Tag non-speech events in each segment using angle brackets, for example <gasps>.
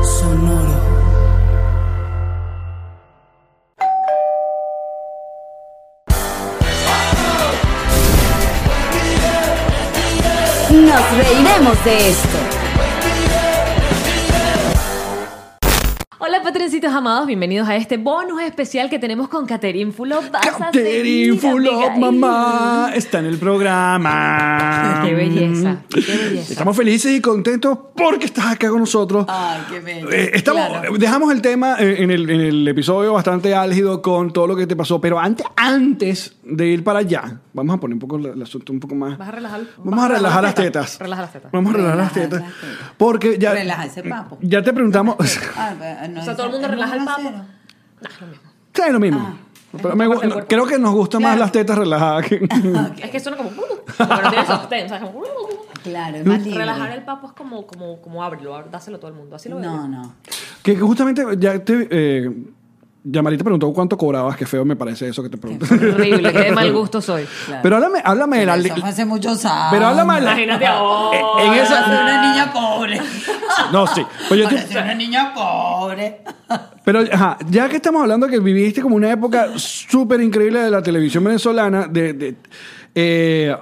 Sonoro. Nos reiremos de esto. Hola patroncitos amados, bienvenidos a este bonus especial que tenemos con Caterín Fulop. Vas a Catherine seguir, Fulop, amiga. mamá, está en el programa. Mm. Qué belleza, qué belleza. Estamos felices y contentos porque estás acá con nosotros. Ay, qué bello. Eh, estamos, Ah, Claro. Dejamos el tema eh, en el, en el episodio bastante álgido con todo lo que te pasó, pero antes, antes de ir para allá, vamos a poner un poco la- el asunto un poco más. Vas a relajar- Vamos a relajar las tetas. Relaja las tetas. Vamos a relajar las Relaja tetas. las tetas. Porque ya. Relaja ese papo. Ya te preguntamos. Ah, bueno, no, O sea, todo el mundo es relaja el uno a papo. cero. <laughs> Sí, lo mismo. Pero me gu- creo que nos gustan más Claro. las tetas relajadas que. Es que suena como... <laughs> Pero no tiene sostén, ¿sabes? Como- Claro, es más libre. <laughs> Relajar el papo es como, como, como ábrelo, ab- dáselo a todo el mundo. Así lo veo No, yo. no. Que que justamente ya te. Eh, Yamarita preguntó cuánto cobrabas, qué feo me parece eso que te pregunto. Horrible, qué de mal gusto soy. <laughs> Pero háblame, háblame de la. Pero eso fue hace muchos años. Pero háblame de la- Imagínate ahora. Eh, en Eso fue esa. una niña pobre. No, sí. Pues yo te- Ahora soy una niña pobre. pero ajá, ya que estamos hablando que viviste como una época súper increíble de la televisión venezolana, de, de, eh,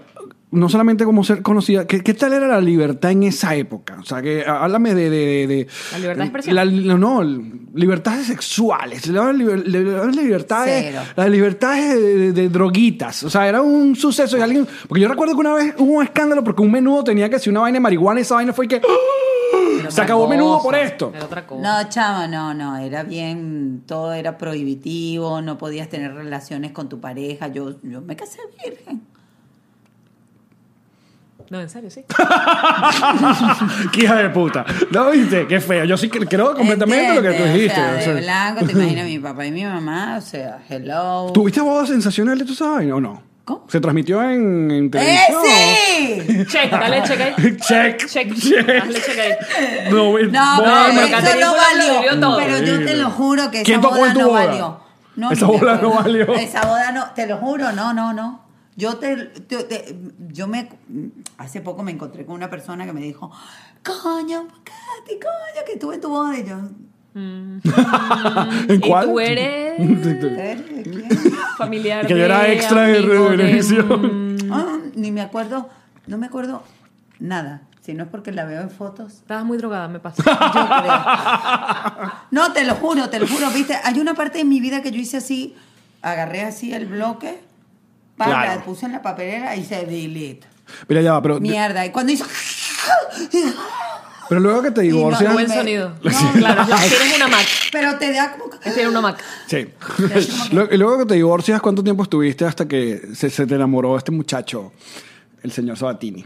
no solamente como ser conocida, ¿qué, qué tal era la libertad en esa época? O sea, que ah, háblame de... de- de- de- La libertad de expresión. la- no, no, libertades sexuales, la liber- la- las libertades, Cero. las libertades de, de- de droguitas. O sea, era un suceso. Y alguien, porque yo recuerdo que una vez hubo un escándalo porque un menudo tenía que ser una vaina de marihuana y esa vaina fue que... ¡Ah! Se acabó menudo por esto. Era otra cosa. No, chama, no, no. Era bien, todo era prohibitivo, no podías tener relaciones con tu pareja. Yo, yo me casé virgen. No, en serio, sí. <laughs> ¡Qué hija de puta! ¿No viste? ¡Qué feo! Yo sí que creo completamente lo que tú ¿Entiendes? dijiste. Este, O sea, o sea. de blanco, te imaginas mi papá y mi mamá, o sea, hello. ¿Tuviste bodas sensacionales, tú sabes, o no? ¿Cómo? ¿Se transmitió en, en ¡Eh, televisión? sí! Check, dale check ahí. <laughs> ¡Check! Check, ¡Check! dale check ahí. No, boda No, Bueno, pero mar- eso Caterina no Fulop lo vivió valió. todo. Pero yo te lo juro que ¿Quién esa tocó boda en tu no boda? valió. No, Esa ni me boda no acuerdo. valió. Esa boda no, te lo juro, no, no, no. Yo te, te- te- yo me hace poco me encontré con una persona que me dijo, coño, Katy, coño, que estuve en tu boda y yo. ¿En ¿Y cuál? tú eres "¿Eres quién?". <laughs> familiar Que yo era de, extra de amigo de- mm, Revenevisión. Ah, ni me acuerdo, no me acuerdo nada, si no es porque la veo en fotos. Estabas muy drogada, me pasa. Yo <laughs> creo. No, te lo juro, te lo juro, viste, hay una parte de mi vida que yo hice así, agarré así el bloque, para, Claro. la puse en la papelera y se delete. <laughs> Mira, ya va, pero, Mierda, y cuando hizo pero luego que te no, divorcias... no Buen me- sonido. No, claro, la- tienes una Mac. pero te da como que- Tienes una Mac. Sí. <laughs> Lo- y luego que te divorcias, ¿cuánto tiempo estuviste hasta que se, se te enamoró este muchacho, el señor Sabatini?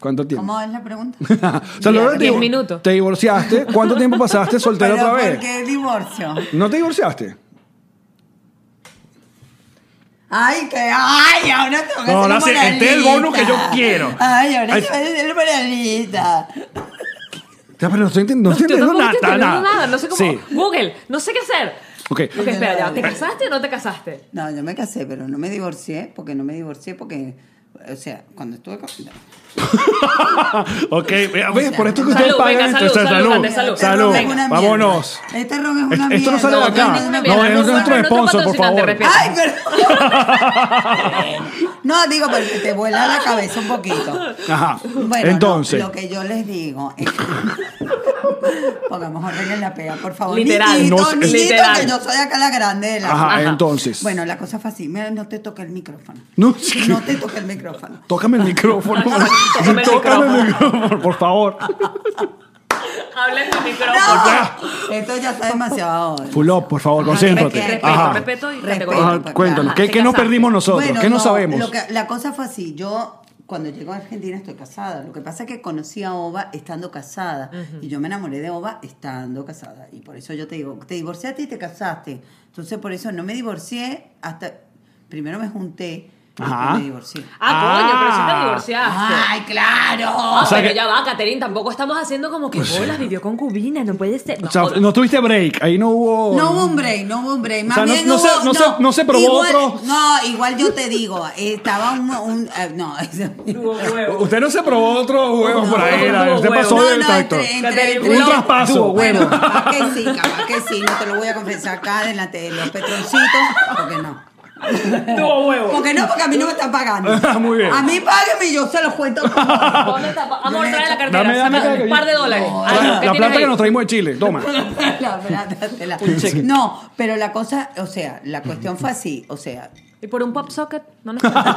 ¿Cuánto tiempo? ¿Cómo es la <laughs> pregunta? O sea, luego que te Diez divor- minutos. Te divorciaste. ¿Cuánto tiempo pasaste <laughs> soltero Pero, otra ¿por vez? qué divorcio? ¿No te divorciaste? Ay, que ay, ahora tengo que Ahora ser sí, este es el moralita. bonus que yo quiero. Ay, ahora Ay. sí voy a ser moralita. Ya, pero no estoy, enti- no estoy Yo tampoco entendiendo nada, estoy entendiendo nada. nada. No sé cómo. Sí. Google, no sé qué hacer. Ok. Ok, espera, ya. ¿Te casaste o no te casaste? No, yo me casé, pero no me divorcié, porque no me divorcié, porque, o sea, cuando estuve con... ok, vea, ve, por esto que Salud, ustedes pagan. venga, entonces, salud, salud, salud, Andrés, salud. Venga, Este una mierda. vámonos. Este ron es una Esto- Esto no mierda. sale de No, acá. no es una No, mierda. es No, nuestro no, no, sponsor, por patrocinante, favor. repito. Ay, <laughs> perdón. No, digo, porque te vuela la cabeza un poquito. Ajá. Bueno, Entonces, no, lo que yo les digo es que <laughs> pongamos orden en la pega, por favor. Literal, Niñito, no sé- niñito, literal. que yo soy acá la grande de la ajá, entonces. Bueno, la cosa fue así. Mira, no te toque el micrófono. No, sí. No te toque el micrófono. Tócame el micrófono. Tócame el Tócame el micrófono, por favor. Habla en tu micrófono. ¡No! Esto ya está demasiado. Fulop, por favor, Ajá, concéntrate. respeto, Ajá. respeto y Ajá, categoría. Cuéntanos, pues, Ajá, ¿qué, te qué nos casaste. perdimos nosotros? Bueno, ¿Qué no lo sabemos? que- la cosa fue así. Yo cuando llego a Argentina estoy casada. Lo que pasa es que conocí a Oba estando casada. Y yo me enamoré de Oba estando casada. Y por eso yo te digo, te divorciaste y te casaste. Entonces, por eso no me divorcié hasta... Primero me junté y Ajá. me divorcié. Ah, coño, pero si Ah. te divorciaste. ¡Ay, claro! Ah, sea pero que- ya Pues va, Caterine, tampoco estamos haciendo como que bolas vivió con cubina, no puede ser. O sea, jodas. no tuviste break, ahí no hubo... No hubo un break, no hubo un break. Más sea, no- bien no hubo- se- no se- no se probó igual, otro. No, igual yo te digo, estaba un. un- eh, no, <laughs> Tuvo huevo. Usted no se probó otro huevo No, por ahí, no la- hubo usted huevo. pasó No, del tacto. entre, Caterina, entre, Hubo un no, traspaso. tuvo, Bueno. Bueno, capaz que sí, capaz que sí, no te lo voy a confesar acá delante de los petroncitos, porque no. Tuvo huevo. Porque no, porque a mí no me están pagando. Muy bien. A mí páguenme y yo se los cuento. como- ¿Dónde está? Amor, Yo le trae echo- la cartera. Dame, Ah. dame, saca dame. un par de dólares. No, Algo, ¿qué La tienes plata que ahí? nos traímos de Chile, toma. La plata te la- No, pero la cosa, o sea, la cuestión fue así, o sea, Y por un pop socket, no <laughs> nos cuentan.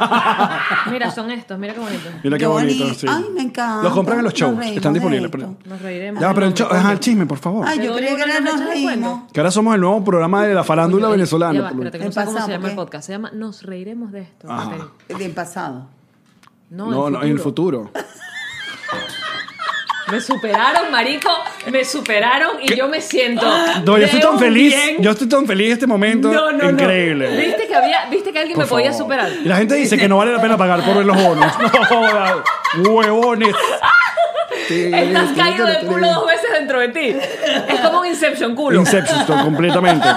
Mira, son estos, mira qué bonito. Mira qué Qué bonito. bonito. sí. Ay, me encanta. Los compran en los Nos shows, reímos están de disponibles. esto. pero- Nos reiremos. Ya, pero el show- ajá, el chisme, por favor. Ay, Te yo doy creía que una era noche nos de reímos. cuento. Que ahora somos el nuevo programa de la farándula Oye, ya va, venezolana. por lo- espérate, que no El sé cómo pasado, se llama el ¿por qué? podcast. Se llama Nos reiremos de esto. Ajá. Caterine. Del pasado. No, No, no, en el futuro. futuro. Me superaron, marico. Me superaron y yo me siento. <gasps> No, yo estoy de tan un feliz. bien. Yo estoy tan feliz en este momento. No, no, no. Increíble. ¿Viste que, había, ¿Viste que alguien Por me podía favor. superar? Y la gente dice que no vale la pena pagar por ver los bonos. <laughs> No, jodas, huevones. Estás caído del culo dos veces dentro de ti. Es como un Inception culo. Inception, to- completamente.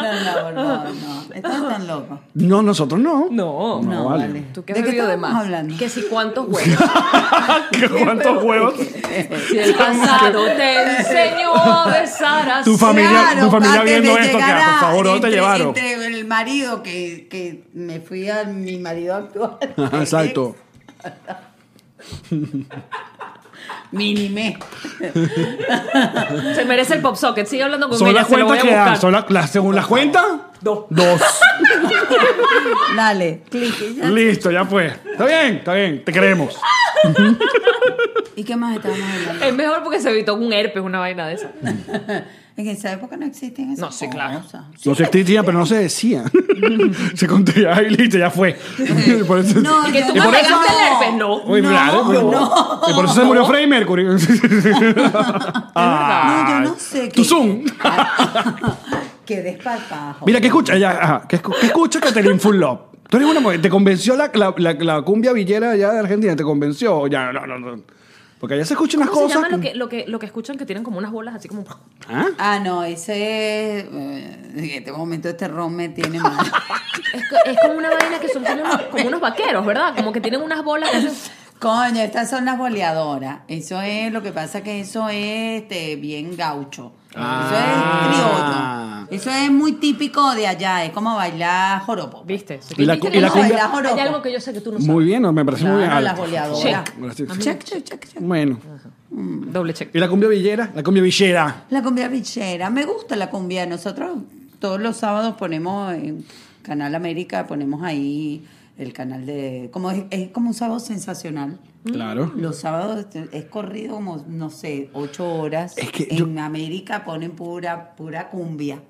No, no, por favor, no. Estás tan loco. No, nosotros no. No. No, vale. <laughs> ¿Tú qué has ¿De qué bebido de estábamos más? hablando? Que si cuántos huevos. Ah, ¿Qué- ¿Cuántos huevos? <laughs> Si el pasado te enseñó a besar a Tu familia- tu familia antes de viendo esto, llegar que, ah, por a- favor, ¿dónde te entre- llevaron? Entre el marido que, que me fui a mi marido <laughs> actual. Ajá, Ah, Exacto. Minimé. Se merece el pop socket. Sigue hablando con Son ella. las Pues se lo voy cuentas a que dan. buscar. Son las- las- según las cuentas. Dos. Dos. <laughs> Dale, clic. y ya. Listo, ya fue. Está bien, está bien. Te queremos. ¿Y qué más estábamos hablando? Es mejor porque se evitó un herpes, una vaina de esa. En esa época no existen esas No, sí, claro. cosas. No se existía, pero no se decía. <laughs> se contaba y listo, ya fue. Y <laughs> por eso- No, Que yo- tú Y me por eso- pegaste el herpes, no. Uy, No, claro, pero- no. Y por eso se murió Freddie <laughs> Mercury. <laughs> No, yo Ah, no sé. Tu Zoom. <laughs> Qué desparpajo. Mira, ¿qué escucha? Ya, ajá, ¿qué, escu- qué escucha Catherine Full Love? Tú eres una mujer. ¿Te convenció la, la, la, la cumbia villera allá de Argentina? ¿Te convenció? Ya, no, no, no. Porque allá se escuchan unas ¿Cómo se cosas. llama lo que, lo, que, lo que escuchan que tienen como unas bolas así como... ¿Ah? Ah, no, ese. eh, en este momento este ron me tiene mal. <laughs> Es, co- es como una vaina que son como unos, como unos vaqueros, ¿verdad? Como que tienen unas bolas que hacen... Coño, estas son las boleadoras. Eso es, lo que pasa que eso es este, bien gaucho. Ah. Eso es criollo. Eso es muy típico de allá. Es como bailar joropo. ¿Viste? Se- Y la- ¿viste y que la no? cumbia- Hay- Hay algo que yo sé que tú no sabes. Muy bien, no, me parece muy bien. Claro, las Alto. boleadoras. Ah, Gracias. Check, check, check, check. Bueno. Doble check. ¿Y la cumbia villera? La cumbia villera. La cumbia bichera. Me gusta la cumbia. Nosotros todos los sábados ponemos en Canal América, ponemos ahí el canal de. Como es, es como un sábado sensacional. Mm. Claro. Los sábados este, es corrido como, no sé, ocho horas. Es que en América ponen pura, pura cumbia.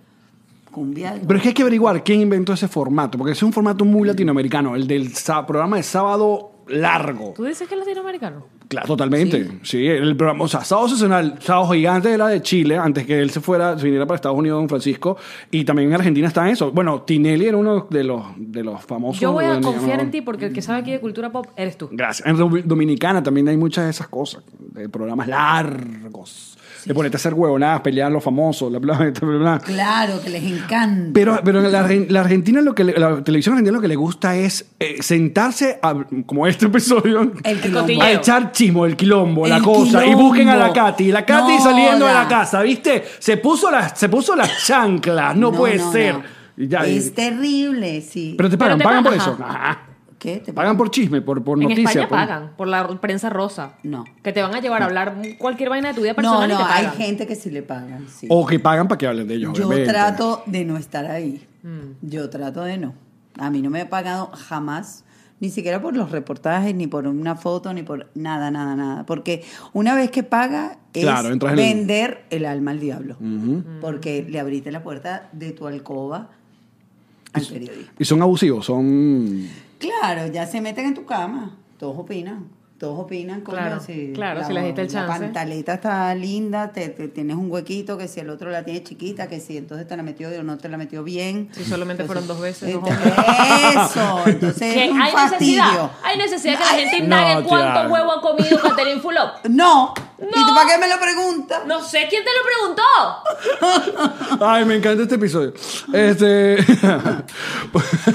Cumbia. Pero es que hay que averiguar quién inventó ese formato, porque es un formato muy latinoamericano, el del sa- programa de sábado largo. ¿Tú dices que es latinoamericano? Claro, totalmente. Sí, el programa, o sea, sábado sesional, sábado gigante era de Chile, antes que él se fuera, se viniera para Estados Unidos, Don Francisco, y también en Argentina está eso. Bueno, Tinelli era uno de los, de los famosos. Yo voy a de- confiar en ti porque el que sabe aquí de cultura pop eres tú. Gracias. En Domi- Dominicana también hay muchas de esas cosas, de programas largos, de ponerte a hacer huevonadas, pelear a los famosos, bla, bla, bla, bla, bla. Claro, que les encanta. Pero, pero la, Argen- la Argentina, lo que le- la televisión argentina lo que le gusta es eh, sentarse, a- como este episodio, el quilombo. cotilleo. a echar chismo, el quilombo, la El cosa. Y busquen a la quilombo. Katy. La Katy No, saliendo de la da. casa, ¿viste? Se puso las, se puso las chanclas, no, puede no, ser. no. Este, Y ya, y- Es terrible, sí. pero te pagan, te pagan por pagan, eso. Ajá. ¿Qué? ¿Te Pagan por chisme, por, por en noticias. España por- pagan por la prensa rosa. No. Que te van a llevar a hablar cualquier vaina de tu vida No, personal no, y te hay pagan. gente que sí le pagan. Sí. O que pagan para que hablen de ellos. Yo obviamente. trato de no estar ahí. Yo trato de no. A mí no me ha pagado jamás, ni siquiera por los reportajes, ni por una foto, ni por nada, nada, nada. Porque una vez que paga es Claro, entras en el- vender el alma al diablo. Porque le abriste la puerta de tu alcoba al periodismo. Y son abusivos, son... Claro, ya se meten en tu cama. Todos opinan. Todos opinan. coño, Claro, claro, si les diste el la chance. pantaleta está linda, te, te- tienes un huequito, que si el otro la tiene chiquita, que si entonces te la metió o no te la metió bien. Sí, solamente fueron dos veces, dos Entonces, eso. Entonces Que es un hay fastidio. necesidad, hay necesidad que la gente indague No, cuánto tía. huevo ha comido Catherine Fulop. No. ¿Y tú para qué me lo preguntas? No sé quién te lo preguntó. Ay, me encanta este episodio. Este. <laughs>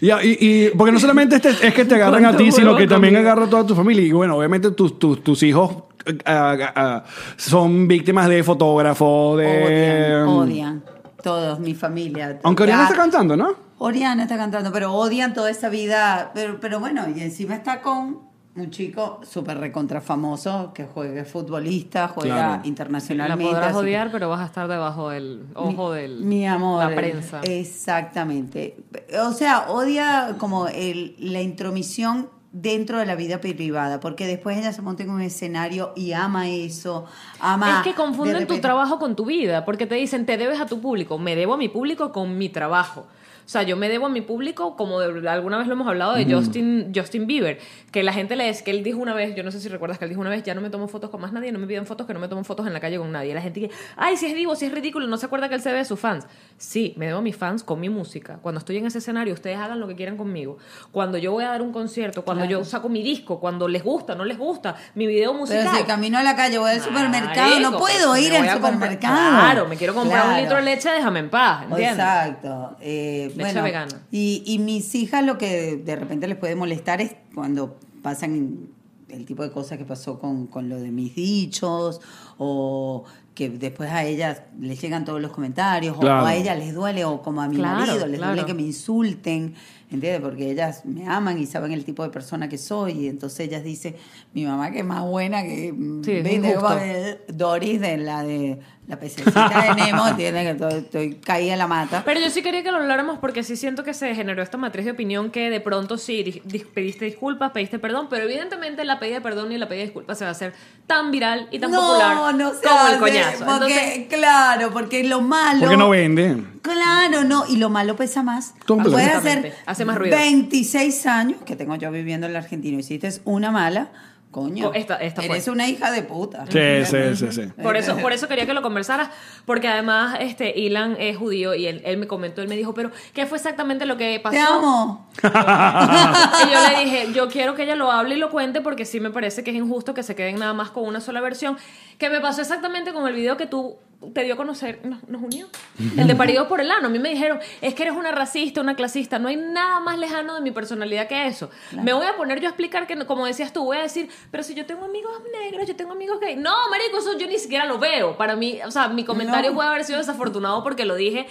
y, y- y- porque no solamente este- es que te agarran a ti, ¿Cuánto sino huevo que también comido? agarra a toda tu familia. Y bueno, obviamente tus, tus, tus hijos eh, ah, ah, son víctimas de fotógrafos, de. Odian, odian. Todos, mi familia. Eh, Aunque Ya- Oriana está cantando, ¿no? Oriana está cantando, pero odian toda esa vida. Pero, pero bueno, y encima está con un chico súper recontra famoso que juega es futbolista, juega Claro. La internacionalmente. podrás así que- odiar, pero vas a estar debajo del ojo del mi amor. eh, la prensa. Exactamente. O sea, odia como el, la intromisión dentro de la vida privada, porque después ella se monta en un escenario y ama eso, ama... es que confunden de tu repente- trabajo con tu vida, porque te dicen, te debes a tu público, me debo a mi público con mi trabajo. O sea, yo me debo a mi público, como de- alguna vez lo hemos hablado de Justin, Justin Bieber, que la gente le es que él dijo una vez, yo no sé si recuerdas que él dijo una vez, ya no me tomo fotos con más nadie, no me piden fotos, que no me tomo fotos en la calle con nadie. La gente que, ay, si es divo, si es ridículo, no se acuerda que él se debe a sus fans. Sí, me debo a mis fans con mi música. Cuando estoy en ese escenario, ustedes hagan lo que quieran conmigo. Cuando yo voy a dar un concierto, cuando yo saco mi disco, cuando les gusta, no les gusta, mi video musical. Pero si camino a la calle, voy al supermercado, no Marico, puedo pues, ir me al voy a comprar- supermercado. Claro, me quiero comprar un Claro. litro de leche, déjame en paz, ¿entiendes? Exacto. Eh, Leche bueno, vegana. Y, y mis hijas lo que de repente les puede molestar es cuando pasan el tipo de cosas que pasó con, con lo de mis dichos o que después a ellas les llegan todos los comentarios o- Claro. o a ellas les duele o como a mi Claro, marido les duele claro. que me insulten, ¿entiendes? Porque ellas me aman y saben el tipo de persona que soy y entonces ellas dicen, mi mamá que es más buena que mm, Sí, es vende injusto. va- eh, Doris de la de la pececita de <laughs> Nemo tiene que estoy, estoy caída en la mata. Pero yo sí quería que lo habláramos porque sí siento que se generó esta matriz de opinión que de pronto sí di- di- pediste disculpas, pediste perdón, pero evidentemente la pedida de perdón y la pedida de disculpas se va a hacer tan viral y tan popular se como hace, el coñazo. Porque, Entonces, claro, porque lo malo. Porque no vende. Claro, no, y lo malo pesa más. Tómalo. Puedes Exactamente, hacer hace más ruido. 26 años que tengo yo viviendo en la Argentina. Hiciste una mala, coño. Oh, esta- esta fue. eres una hija de puta. Sí, sí, sí, sí. Por eso, por eso quería que lo conversaras, porque además este Ilan es judío y él, él me comentó, él me dijo, pero ¿qué fue exactamente lo que pasó? Te amo. Y yo le dije, yo quiero que ella lo hable y lo cuente porque sí me parece que es injusto que se queden nada más con una sola versión. Que me pasó exactamente con el video que tú te dio a conocer, nos, nos unió. El de Parido por el Ano. A mí me dijeron, es que eres una racista, una clasista. No hay nada más lejano de mi personalidad que eso. Me voy a poner yo a explicar que, no- como decías tú, voy a decir, pero si yo tengo amigos negros, yo tengo amigos gay. No, marico, eso yo ni siquiera lo veo. Para mí, o sea, mi comentario No. puede haber sido desafortunado porque lo dije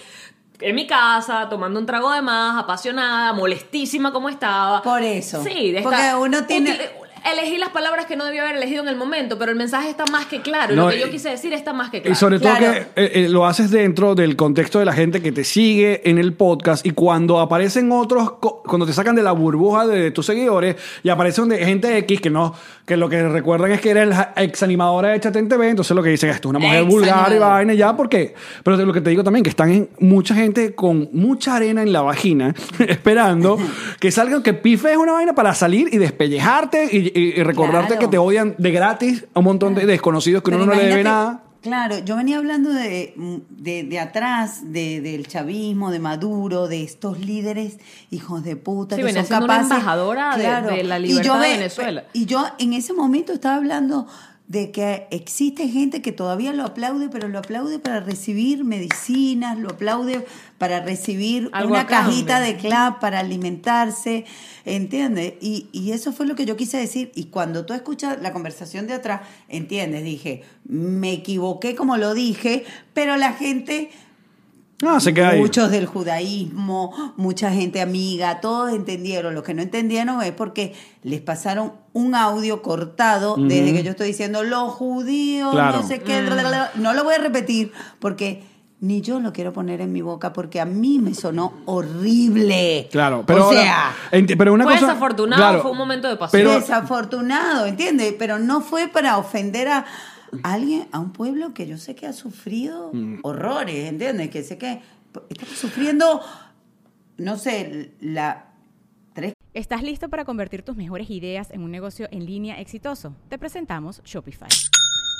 en mi casa, tomando un trago de más, apasionada, molestísima como estaba. Por eso. Sí, de Porque esta- uno tiene- util- Elegí las palabras que no debía haber elegido en el momento, pero el mensaje está más que claro. y No, lo que yo y- quise decir está más que claro. Y sobre todo Claro. que eh, eh, lo haces dentro del contexto de la gente que te sigue en el podcast y cuando aparecen otros, co- cuando te sacan de la burbuja de, tus seguidores y aparecen de gente X que no, que lo que recuerdan es que eres la ex animadora de Chate en TV, entonces lo que dicen esto es una mujer vulgar y Ex-animadora. vaina y ya, porque, pero lo que te digo también, que están en mucha gente con mucha arena en la vagina <laughs> esperando que salgan, que pifes una vaina para salir y despellejarte y, y- y recordarte Claro. que te odian de gratis a un montón de desconocidos que uno Pero no le debe imagínate- nada. Claro, yo venía hablando de, de, de atrás, de, del chavismo, de Maduro, de estos líderes hijos de puta Sí, que venía son siendo una capaces. embajadora de- de la Y libertad yo de ve- Venezuela. Y yo en ese momento estaba hablando de que existe gente que todavía lo aplaude, pero lo aplaude para recibir medicinas, lo aplaude para recibir Algo a una cambio. cajita de clap para alimentarse, ¿entiendes? Y, y eso fue lo que yo quise decir. Y cuando tú escuchas la conversación de atrás, ¿entiendes? Dije, me equivoqué como lo dije, pero la gente, Ah, se queda ahí. muchos del judaísmo, mucha gente amiga, todos entendieron. Los que no entendieron es porque les pasaron un audio cortado desde que yo estoy diciendo los judíos, Claro. no sé qué, bla, bla, bla". no lo voy a repetir porque... Ni yo lo quiero poner en mi boca porque a mí me sonó horrible. Claro, o pero, ahora- sea, enti- pero una Fue cosa, desafortunado, claro, fue un momento de pasión. Pero, desafortunado, ¿entiendes? Pero no fue para ofender a alguien, a un pueblo Mm. que yo sé que ha sufrido horrores, ¿entiendes? Que sé que p- estamos sufriendo no sé, la tres ¿Estás listo para convertir tus mejores ideas en un negocio en línea exitoso? Te presentamos Shopify.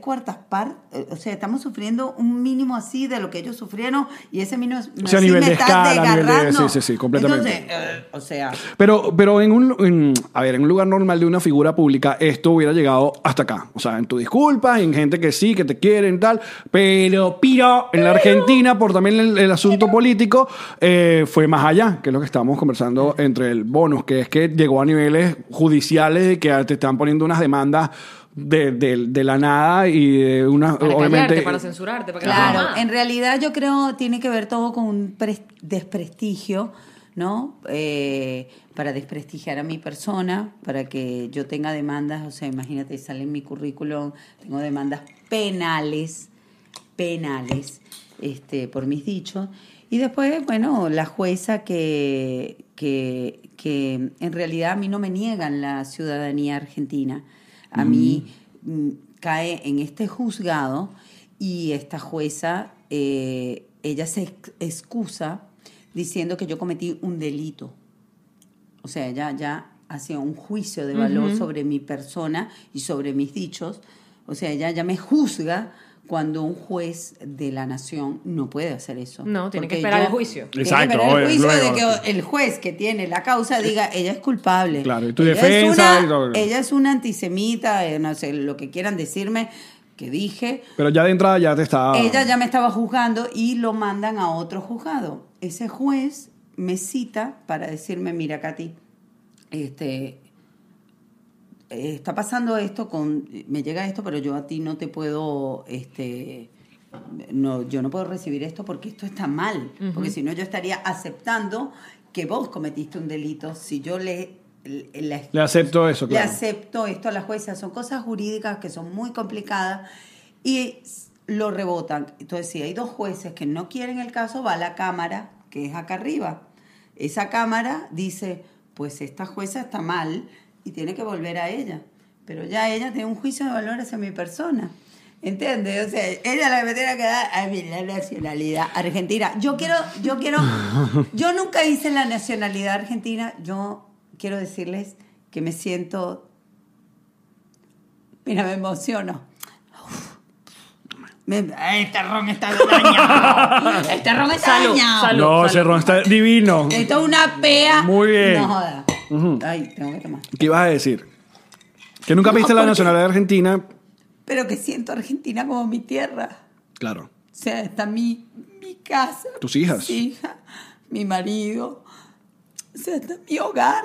cuartas partes, o sea, estamos sufriendo un mínimo así de lo que ellos sufrieron y ese mínimo O sea, a nivel de escala, a nivel de- desgarrando. sí, sí, sí, completamente. Entonces, eh, o sea, Pero, pero en un en- a ver, en un lugar normal de una figura pública, esto hubiera llegado hasta acá. O sea, en tu disculpa, en gente que sí, que te quieren, tal. Pero, piro, en la Argentina, por también el, el asunto político, eh, fue más allá, que es lo que estábamos conversando entre el bonus, que es que llegó a niveles judiciales de que te están poniendo unas demandas de, de- de la nada y de unas. Para obviamente, callarte, para censurarte, para que Claro, no hagas en más. realidad yo creo tiene que ver todo con un pres- desprestigio, ¿no? Eh, para desprestigiar a mi persona, para que yo tenga demandas, o sea, imagínate, sale en mi currículum, tengo demandas penales, penales, este, por mis dichos. Y después, bueno, la jueza que, que, que en realidad a mí no me niegan la ciudadanía argentina. A mí mm, cae en este juzgado y esta jueza, eh, ella se ex- excusa diciendo que yo cometí un delito. O sea, ella ya hacía un juicio de valor sobre mi persona y sobre mis dichos. O sea, ella ya me juzga cuando un juez de la nación no puede hacer eso. No, tiene Porque que esperar yo- el juicio. tiene que Exacto, esperar el obvio, juicio luego. de que el juez que tiene la causa diga, ella es culpable. Claro, y tu Ella es defensa una- y todo. Ella es una antisemita, eh, no sé, lo que quieran decirme que dije. Pero ya de entrada ya te está. Ella ya me estaba juzgando y lo mandan a otro juzgado. Ese juez me cita para decirme, mira, Katy, este, eh, está pasando esto con, me llega esto, pero yo a ti no te puedo, este, no, yo no puedo recibir esto porque esto está mal, porque si no yo estaría aceptando que vos cometiste un delito si yo le, le, la- Le acepto eso, le claro. acepto esto a la jueza. Son cosas jurídicas que son muy complicadas y s- lo rebotan. Entonces, si hay dos jueces que no quieren el caso, va a la Cámara, que es acá arriba. Esa Cámara dice, pues esta jueza está mal y tiene que volver a ella. Pero ya ella tiene un juicio de valor hacia mi persona. ¿Entiendes? O sea, ella la que me tiene que dar a mí la nacionalidad argentina. Yo quiero, yo quiero, yo nunca hice la nacionalidad argentina. Yo quiero decirles que me siento. Mira, me emociono. Uf. Me- este ron está <laughs> dañado. Este ron está Salud, dañado. salud. No, ese ron está divino. Esto es una pea. Muy bien. No joda. Ay, tengo que tomar. ¿Qué ibas a decir? Que nunca No, viste la porque- nacionalidad argentina. Pero que siento Argentina como mi tierra. Claro. O sea, está mi, mi casa. Tus hijas. Mis hijas, mi marido. O sea, está mi hogar.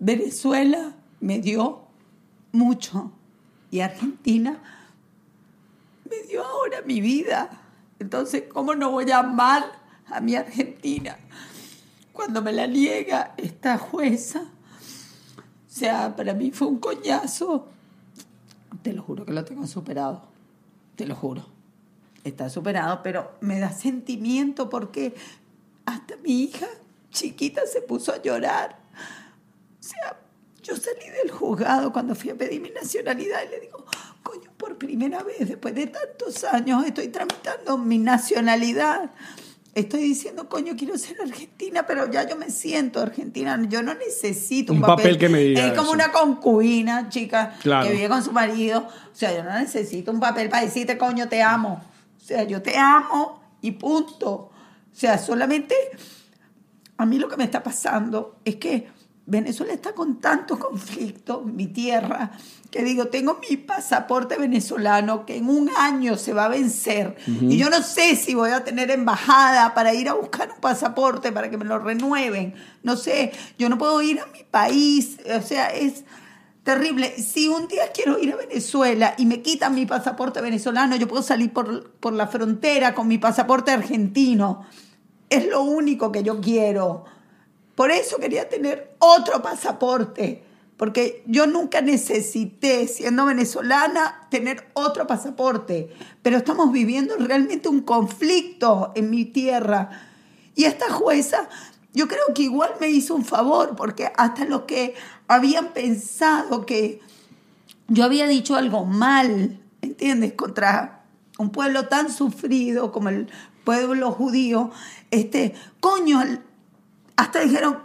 Venezuela me dio mucho. Y Argentina me dio ahora mi vida. Entonces, ¿cómo no voy a amar a mi Argentina? Cuando me la niega esta jueza. O sea, para mí fue un coñazo. Te lo juro que lo tengo superado. Te lo juro está superado, pero me da sentimiento porque hasta mi hija chiquita se puso a llorar. O sea, yo salí del juzgado cuando fui a pedir mi nacionalidad y le digo, coño, por primera vez después de tantos años estoy tramitando mi nacionalidad. Estoy diciendo, coño, quiero ser argentina, pero ya yo me siento argentina. Yo no necesito un, Un papel que me diga Es como eso. una concubina, chica, Claro. que vive con su marido. O sea, yo no necesito un papel para decirte, coño, te amo. O sea, yo te amo y punto. O sea, solamente a mí lo que me está pasando es que Venezuela está con tanto conflicto, mi tierra, que digo, tengo mi pasaporte venezolano que en un año se va a vencer. Y yo no sé si voy a tener embajada para ir a buscar un pasaporte para que me lo renueven. No sé, yo no puedo ir a mi país. O sea, es terrible. Si un día quiero ir a Venezuela y me quitan mi pasaporte venezolano, yo puedo salir por, por la frontera con mi pasaporte argentino. Es lo único que yo quiero. Por eso quería tener otro pasaporte, porque yo nunca necesité, siendo venezolana, tener otro pasaporte. Pero estamos viviendo realmente un conflicto en mi tierra. Y esta jueza, yo creo que igual me hizo un favor, porque hasta los que habían pensado que yo había dicho algo mal, ¿entiendes? Contra un pueblo tan sufrido como el pueblo judío, este, coño, hasta dijeron,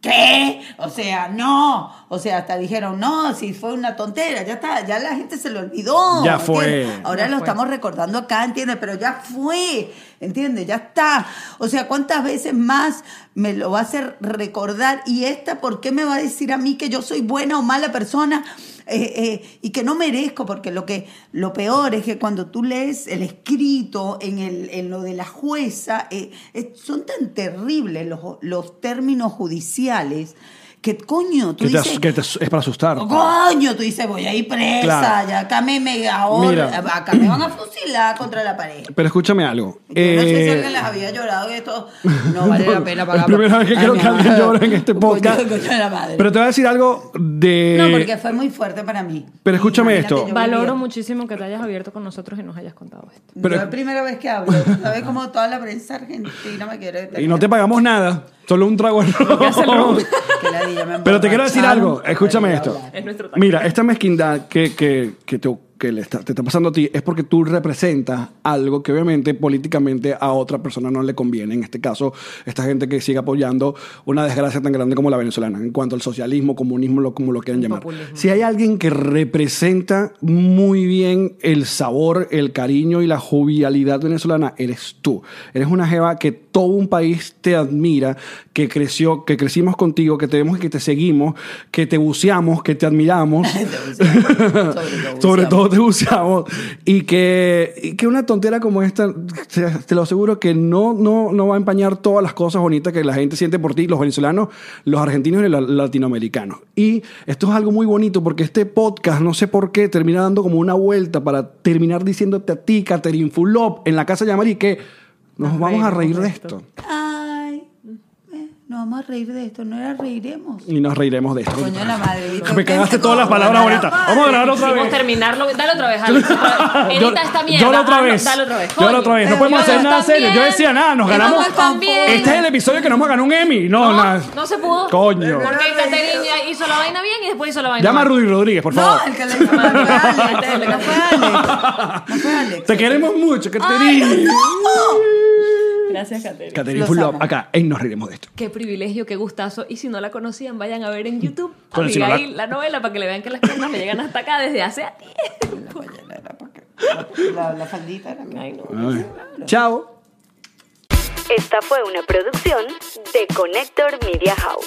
¿qué? O sea, no. O sea, hasta dijeron, no, si fue una tontera, ya está, ya la gente se lo olvidó. Ya fue. ¿entiendes? Ahora lo estamos recordando acá, ¿entiendes? Pero ya fue, ¿entiendes? Ya está. O sea, ¿cuántas veces más me lo va a hacer recordar? Y esta, ¿por qué me va a decir a mí que yo soy buena o mala persona? Eh, eh, y que no merezco, porque lo, que, lo peor es que cuando tú lees el escrito en, el, en lo de la jueza, eh, eh, son tan terribles los, los términos judiciales que coño, tú Que te as- dices... que te as- es para asustar. Coño, tú dices, voy a ir presa, Claro. ya acá me, me- ahora, Mira. acá me van a fusilar contra la pared. Pero escúchame algo. Yo no sé si Eh, alguien les había llorado y esto no vale <laughs> la pena pagar. Ah, Es la primera vez que Ay, creo mi que alguien amor. llora en este <laughs> Coño, podcast. coño de la madre. Pero te voy a decir algo de... no, porque fue muy fuerte para mí. Pero escúchame Imagínate, esto. yo Valoro vivía- muchísimo que te hayas abierto con nosotros y nos hayas contado esto. Pero- Yo es la primera vez que hablo. ¿Sabes cómo toda la prensa argentina me quiere detener? Y no te pagamos nada, solo un trago. al romo. Que la día me Pero te quiero decir emborracharon algo, para escúchame ir a esto. hablar. Es nuestro taco. Mira, esta mezquindad que, que, que te, que le está- te está pasando a ti es porque tú representas algo que obviamente políticamente a otra persona no le conviene. En este caso, esta gente que sigue apoyando una desgracia tan grande como la venezolana, en cuanto al socialismo, comunismo, lo, como lo quieran llamar. Si hay alguien que representa muy bien el sabor, el cariño y la jovialidad venezolana, eres tú. Eres una jeva que todo un país te admira, que creció, que crecimos contigo, que te vemos y que te seguimos, que te buceamos, que te admiramos. <laughs> Sobre todo te buceamos. Y que, y que una tontera como esta, te, te lo aseguro que no, no, no va a empañar todas las cosas bonitas que la gente siente por ti, los venezolanos, los argentinos y los latinoamericanos. Y esto es algo muy bonito porque este podcast, no sé por qué, termina dando como una vuelta para terminar diciéndote a ti, Caterin Fulop, en la casa de Yamari, que nos, vamos a reír reímos de de esto. Ay, eh, nos vamos a reír de esto, no era reiremos. Y nos reiremos de esto. Coño de la madre, ¿viste? Me cagaste Pensé todas las como, palabras coño de la bonitas. Vamos a madre. grabar otra Vamos vez. a terminarlo. Dale otra <laughs> vez, Alex. Edita esta mierda. Yo la otra Ah, no, vez. Dale otra vez. Yo la otra Coño. vez. No podemos hacer Yo nada serio. Yo también. decía nada, nos Yo ganamos. también. Este es el episodio que nos hemos ganado un Emmy. No, nada. No se pudo. Coño. Porque Caterina hizo la vaina bien y después hizo la vaina Llama a mal. Rudy Rodríguez, por favor. No, el que le llamó no fue Alex, el que no fue <laughs> Alex. No fue Alex. Te queremos mucho, <laughs> Caterine. Gracias, Caterina. Caterine Los Full amo. Love, acá, en Nos Reiremos de esto. Qué privilegio, qué gustazo. Y si no la conocían, vayan a ver en YouTube Con el Abigail, la novela para que le vean que las piernas le llegan hasta acá desde hace tiempo. La, la faldita era mía. Ay, no. Ay. Chao. Esta fue una producción de Connector Media House.